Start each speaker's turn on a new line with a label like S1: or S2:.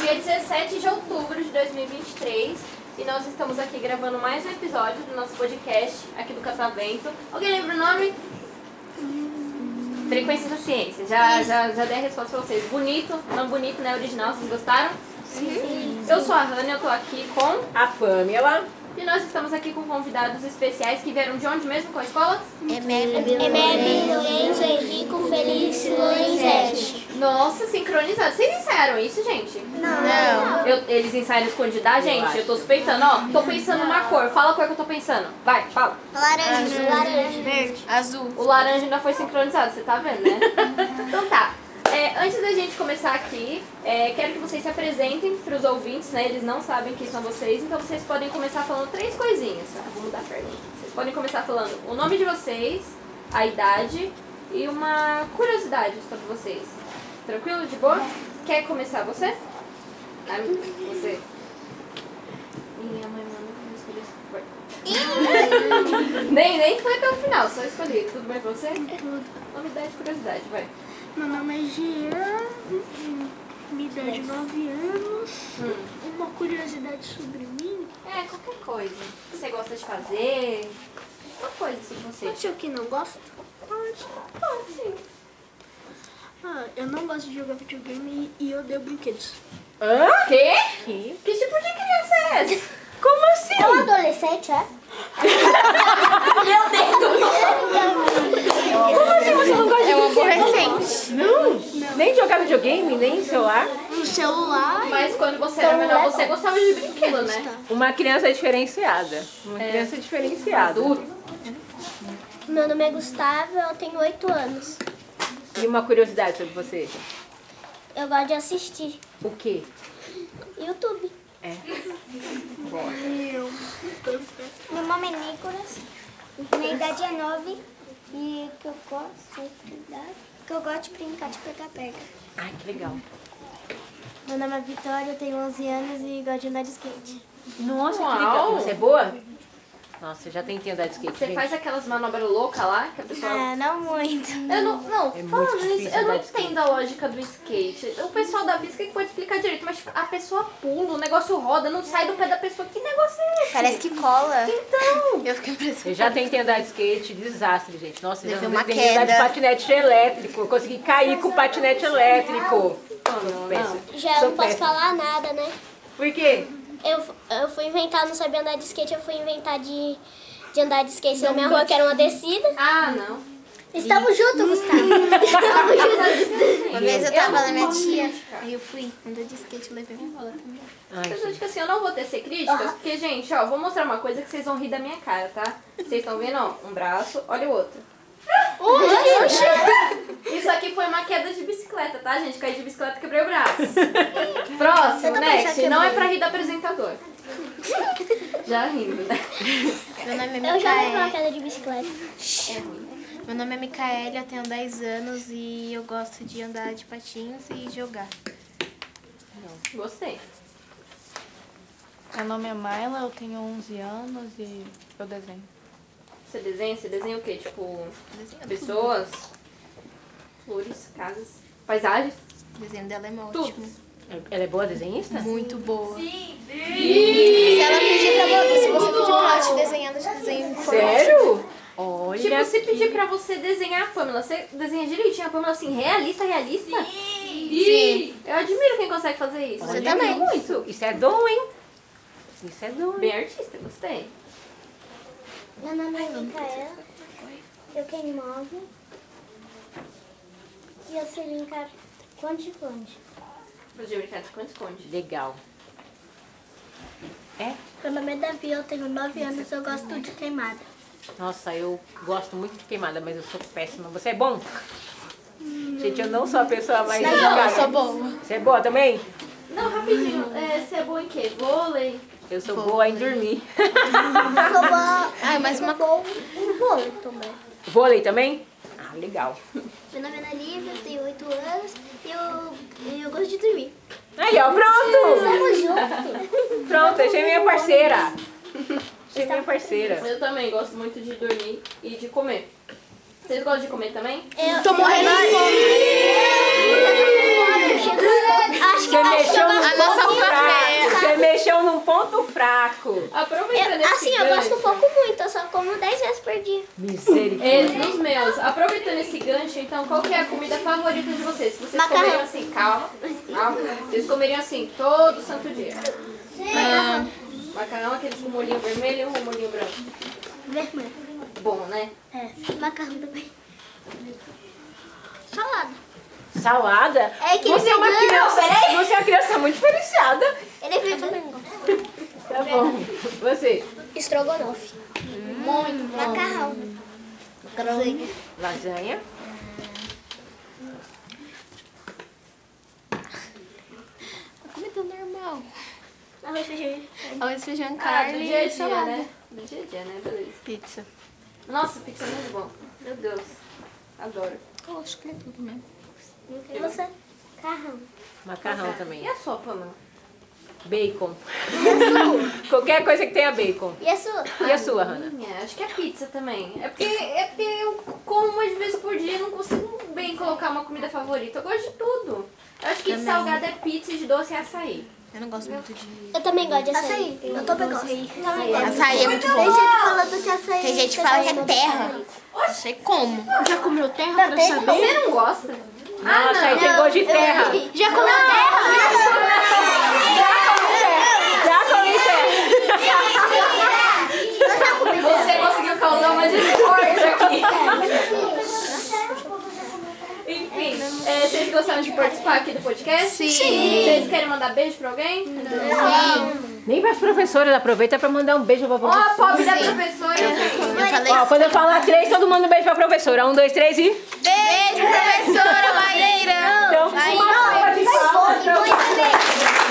S1: Dia 17 de outubro de 2023 e nós estamos aqui gravando mais um episódio do nosso podcast aqui do Catavento. Alguém lembra o nome? Frequência da Ciência. Já, já, já dei a resposta pra vocês. Bonito, não bonito, né? Original, vocês gostaram? Sim. Eu sou a Hannah, eu tô aqui com.
S2: A Pamela.
S1: E nós estamos aqui com convidados especiais que vieram de onde mesmo? Qual escola?
S3: É
S4: Emebe, Lourenço, Henrico, Felício, Lorenzetti.
S1: Nossa, sincronizados. Vocês ensaiaram isso, gente?
S4: Não.
S1: Eu- eles ensaiam escondido da gente? Eu tô suspeitando, ó. Tô pensando uma cor. Fala a cor que eu tô pensando. Vai, fala.
S4: Laranja, laranja.
S1: O laranja ainda foi sincronizado, você tá vendo, né? então tá. É, antes da gente começar aqui, é, quero que vocês se apresentem pros ouvintes, né? Eles não sabem quem são vocês, então vocês podem começar falando três coisinhas. Ah, vou mudar a pergunta. Vocês podem começar falando o nome de vocês, a idade e uma curiosidade sobre vocês. Tranquilo? De boa? Quer começar você? Ah, você. Minha mãe manda eu escolher essa cor. Nem, nem foi até o final, só escolhi. Tudo bem pra você?
S2: É
S1: Tudo. Novidade, curiosidade, vai.
S5: Meu nome é Jean, me dá de 9 anos.
S2: Hum.
S5: Uma curiosidade sobre mim,
S1: É, qualquer coisa. O que você gosta de fazer? Qualquer coisa sobre você.
S5: acho que não gosto.
S2: Tipo,
S1: Pode sim.
S5: Ah, eu não gosto de jogar videogame e, e odeio brinquedos.
S2: Hã?
S1: Quê?
S2: Que?
S1: Que tipo de criança é essa?
S2: Como assim?
S4: É um adolescente, é?
S2: Como assim você não gosta de recente. Não? Nem jogar videogame, nem celular.
S5: No celular,
S1: Mas quando você
S2: Então
S1: era menor,
S2: é
S1: você gostava de brinquedo, né?
S2: Uma criança diferenciada. Uma
S1: É.
S2: criança diferenciada.
S1: Duro.
S4: Meu nome é Gustavo, eu tenho 8 anos.
S2: E uma curiosidade sobre você.
S4: Eu gosto de assistir
S2: O quê?
S4: YouTube.
S5: eu,
S4: Meu nome é Nicolas, minha idade é 9 e que eu gosto que eu gosto de brincar de pega-pega.
S2: Ai, que legal.
S4: Meu nome é Vitória, eu tenho 11 anos e gosto de andar de skate.
S2: Nossa,
S1: Uau.
S2: que legal. Você é boa? Nossa, eu já tentei andar de skate.
S1: Você
S2: gente.
S1: faz aquelas manobras loucas lá, que a pessoa...
S4: Ah, não muito.
S1: Eu não, não
S2: É muito
S1: falando nisso,
S2: difícil
S1: eu não
S2: andar de skate.
S1: entendo a lógica do skate. O pessoal da física que pode explicar direito, mas tipo, a pessoa pula, o negócio roda, não sai do pé da pessoa. Que negócio é esse?
S3: Parece que cola.
S1: Então,
S3: Eu fico impressionada.
S2: Eu já tentei andar de skate, desastre, gente. Nossa, eu
S3: Deve
S2: já
S3: uma
S2: tentei andar de
S3: queda.
S2: patinete elétrico. Eu consegui cair com o patinete elétrico. Pensa.
S4: Já eu
S2: Sou
S4: não posso
S2: péssima.
S4: falar nada, né?
S2: Por quê?
S4: Eu, eu fui inventar, não sabia andar de skate, eu fui inventar de, de andar de skate na minha rua, que era uma descida.
S1: ah, não.
S4: Estamos juntos, Gustavo.
S3: Uma vez eu
S1: assim,
S3: tava na
S1: é
S3: minha tia, aí eu fui, andou de skate, eu levei minha bola também.
S2: Ai,
S1: Pessoal, tipo assim, eu não vou tecer críticas, porque, gente, ó, vou mostrar uma coisa que vocês vão rir da minha cara, tá? Vocês estão vendo, ó, um braço, olha o outro. Isso aqui foi uma queda de bicicleta, tá, gente? Caí de bicicleta, quebrei o braço. Próximo, next. Não é pra rir do apresentador. Já rindo, né?
S3: Meu nome é
S4: Eu já vi uma
S3: Micaela.
S4: queda de bicicleta.
S3: Meu nome é Micaela, eu tenho 10 anos e eu gosto de andar de patins e jogar.
S1: Gostei.
S6: Meu nome é Mayla, eu tenho 11 anos e eu desenho.
S1: Você desenha? Você desenha o quê? Tipo,
S3: Desenho,
S1: pessoas, flores, casas, paisagens?
S3: o desenho dela é
S1: Tudo.
S3: ótimo.
S2: Ela é boa desenhista?
S3: Muito boa. Sim. Se ela pedir pra você, se você pedir pra ela te desenhar, um ela te desenha em
S2: Sério? Olha.
S1: Tipo, se pedir pra você desenhar a Pamela, você desenha direitinho a Pamela assim, realista, realista? Sim! Eu admiro quem consegue fazer isso.
S2: Você
S1: Admiro
S3: também.
S1: Muito.
S2: Isso é dom, hein? Isso é dom. hein?
S1: Bem artista, gostei.
S4: Meu nome é Micaela. Eu tenho 9. E eu sei brincar conde-conde.
S1: Podia brincar de esconde.
S2: Legal.
S4: Meu nome é Davi, eu tenho 9 anos, eu gosto de queimada.
S2: Nossa, eu gosto muito de queimada, mas eu sou péssima. Você é bom? Gente, eu não sou a pessoa mais
S3: Eu
S2: jogada.
S3: sou boa.
S2: Você é boa também?
S1: Não, rapidinho. É, você é boa em quê? Vôlei?
S2: Eu sou boa em dormir.
S4: Eu sou boa
S3: Ah, mais uma
S4: com um bolo também.
S2: Vôlei também? Ah, legal.
S4: Meu nome é Ana Lívia, eu tenho 8 anos e eu, eu gosto de dormir.
S2: Aí, ó, pronto! Pronto, achei minha parceira. Achei minha parceira.
S1: Eu também gosto muito de dormir e de comer. Vocês gostam de comer também?
S3: Tô morrendo de fome.
S2: Você mexeu num
S3: A nossa
S2: ponto fraco.
S3: família.
S2: Você mexeu num ponto fraco.
S1: Aproveitando
S4: Eu,
S1: esse
S4: assim, eu
S1: gancho.
S4: gosto pouco muito, eu só como 10 vezes por dia.
S1: É,
S2: Misericórdia.
S1: dos meus. Aproveitando esse gancho, então, qual que é a comida favorita de vocês? Que vocês
S4: Macarrão.
S1: comeriam assim, calma, calma. Vocês comeriam assim, todo santo dia. Macarrão. Macarrão, aqueles com molhinho vermelho ou molhinho branco?
S4: Vermelho.
S1: Bom, né?
S4: É, macarrão também. Salada.
S2: Salada?
S4: É que
S2: Você é uma
S4: vegano,
S2: criança. Você é uma criança muito diferenciada.
S4: Ele é vegano.
S2: Tá bom. Você?
S4: Estrogonofe. Muito Macarrão. Lasanha.
S2: Lasanha?
S3: Comida normal.
S4: Arroz, feijão.
S3: Arroz, feijão,
S1: Ah, do
S3: carne
S1: dia a
S3: e
S1: dia,
S3: salada.
S1: né? Do dia a dia, né? Beleza.
S6: Pizza.
S1: Nossa, pizza é muito bom. Meu Deus. Adoro.
S6: Eu acho que é tudo mesmo.
S4: E você? Macarrão.
S2: Macarrão também.
S1: Ah, E a sua, Pamela?
S2: Bacon. Qualquer coisa que tenha bacon.
S4: E a sua?
S2: E a sua, Hannah?
S1: Minha, acho que é pizza também. É porque, é porque eu como umas vezes por dia e não consigo bem colocar uma comida favorita. Eu gosto de tudo. Eu acho que de salgado é pizza e de doce é açaí.
S3: Eu não gosto muito de...
S4: Eu também gosto de açaí. Eu tô pegando açaí. Também gosto.
S3: Açaí é muito
S4: Tem
S3: bom.
S4: gente falando que açaí...
S3: Tem gente que fala que é terra. Não sei como.
S5: Já comeu terra pra
S4: tem-
S5: saber?
S1: Você não gosta?
S2: Nossa, aí tem gosto de terra.
S4: Já comeu terra?
S2: Já comi terra.
S4: Eu já comi
S1: Você conseguiu causar uma discórdia aqui. Enfim, é, vocês gostaram de participar aqui do podcast? Sim. Vocês querem mandar beijo pra alguém?
S2: Nem para as professoras, aproveita para mandar um beijo para
S1: Ó, a pobre da professora. gente.
S3: Eu falei...
S2: Ó, quando eu falar três, todo mundo beijo para a professora. Um, dois, três e...
S3: Beijo, professora Maíra!
S2: Então, uma
S3: Maíra.
S2: palma de palmas pra-
S4: terra.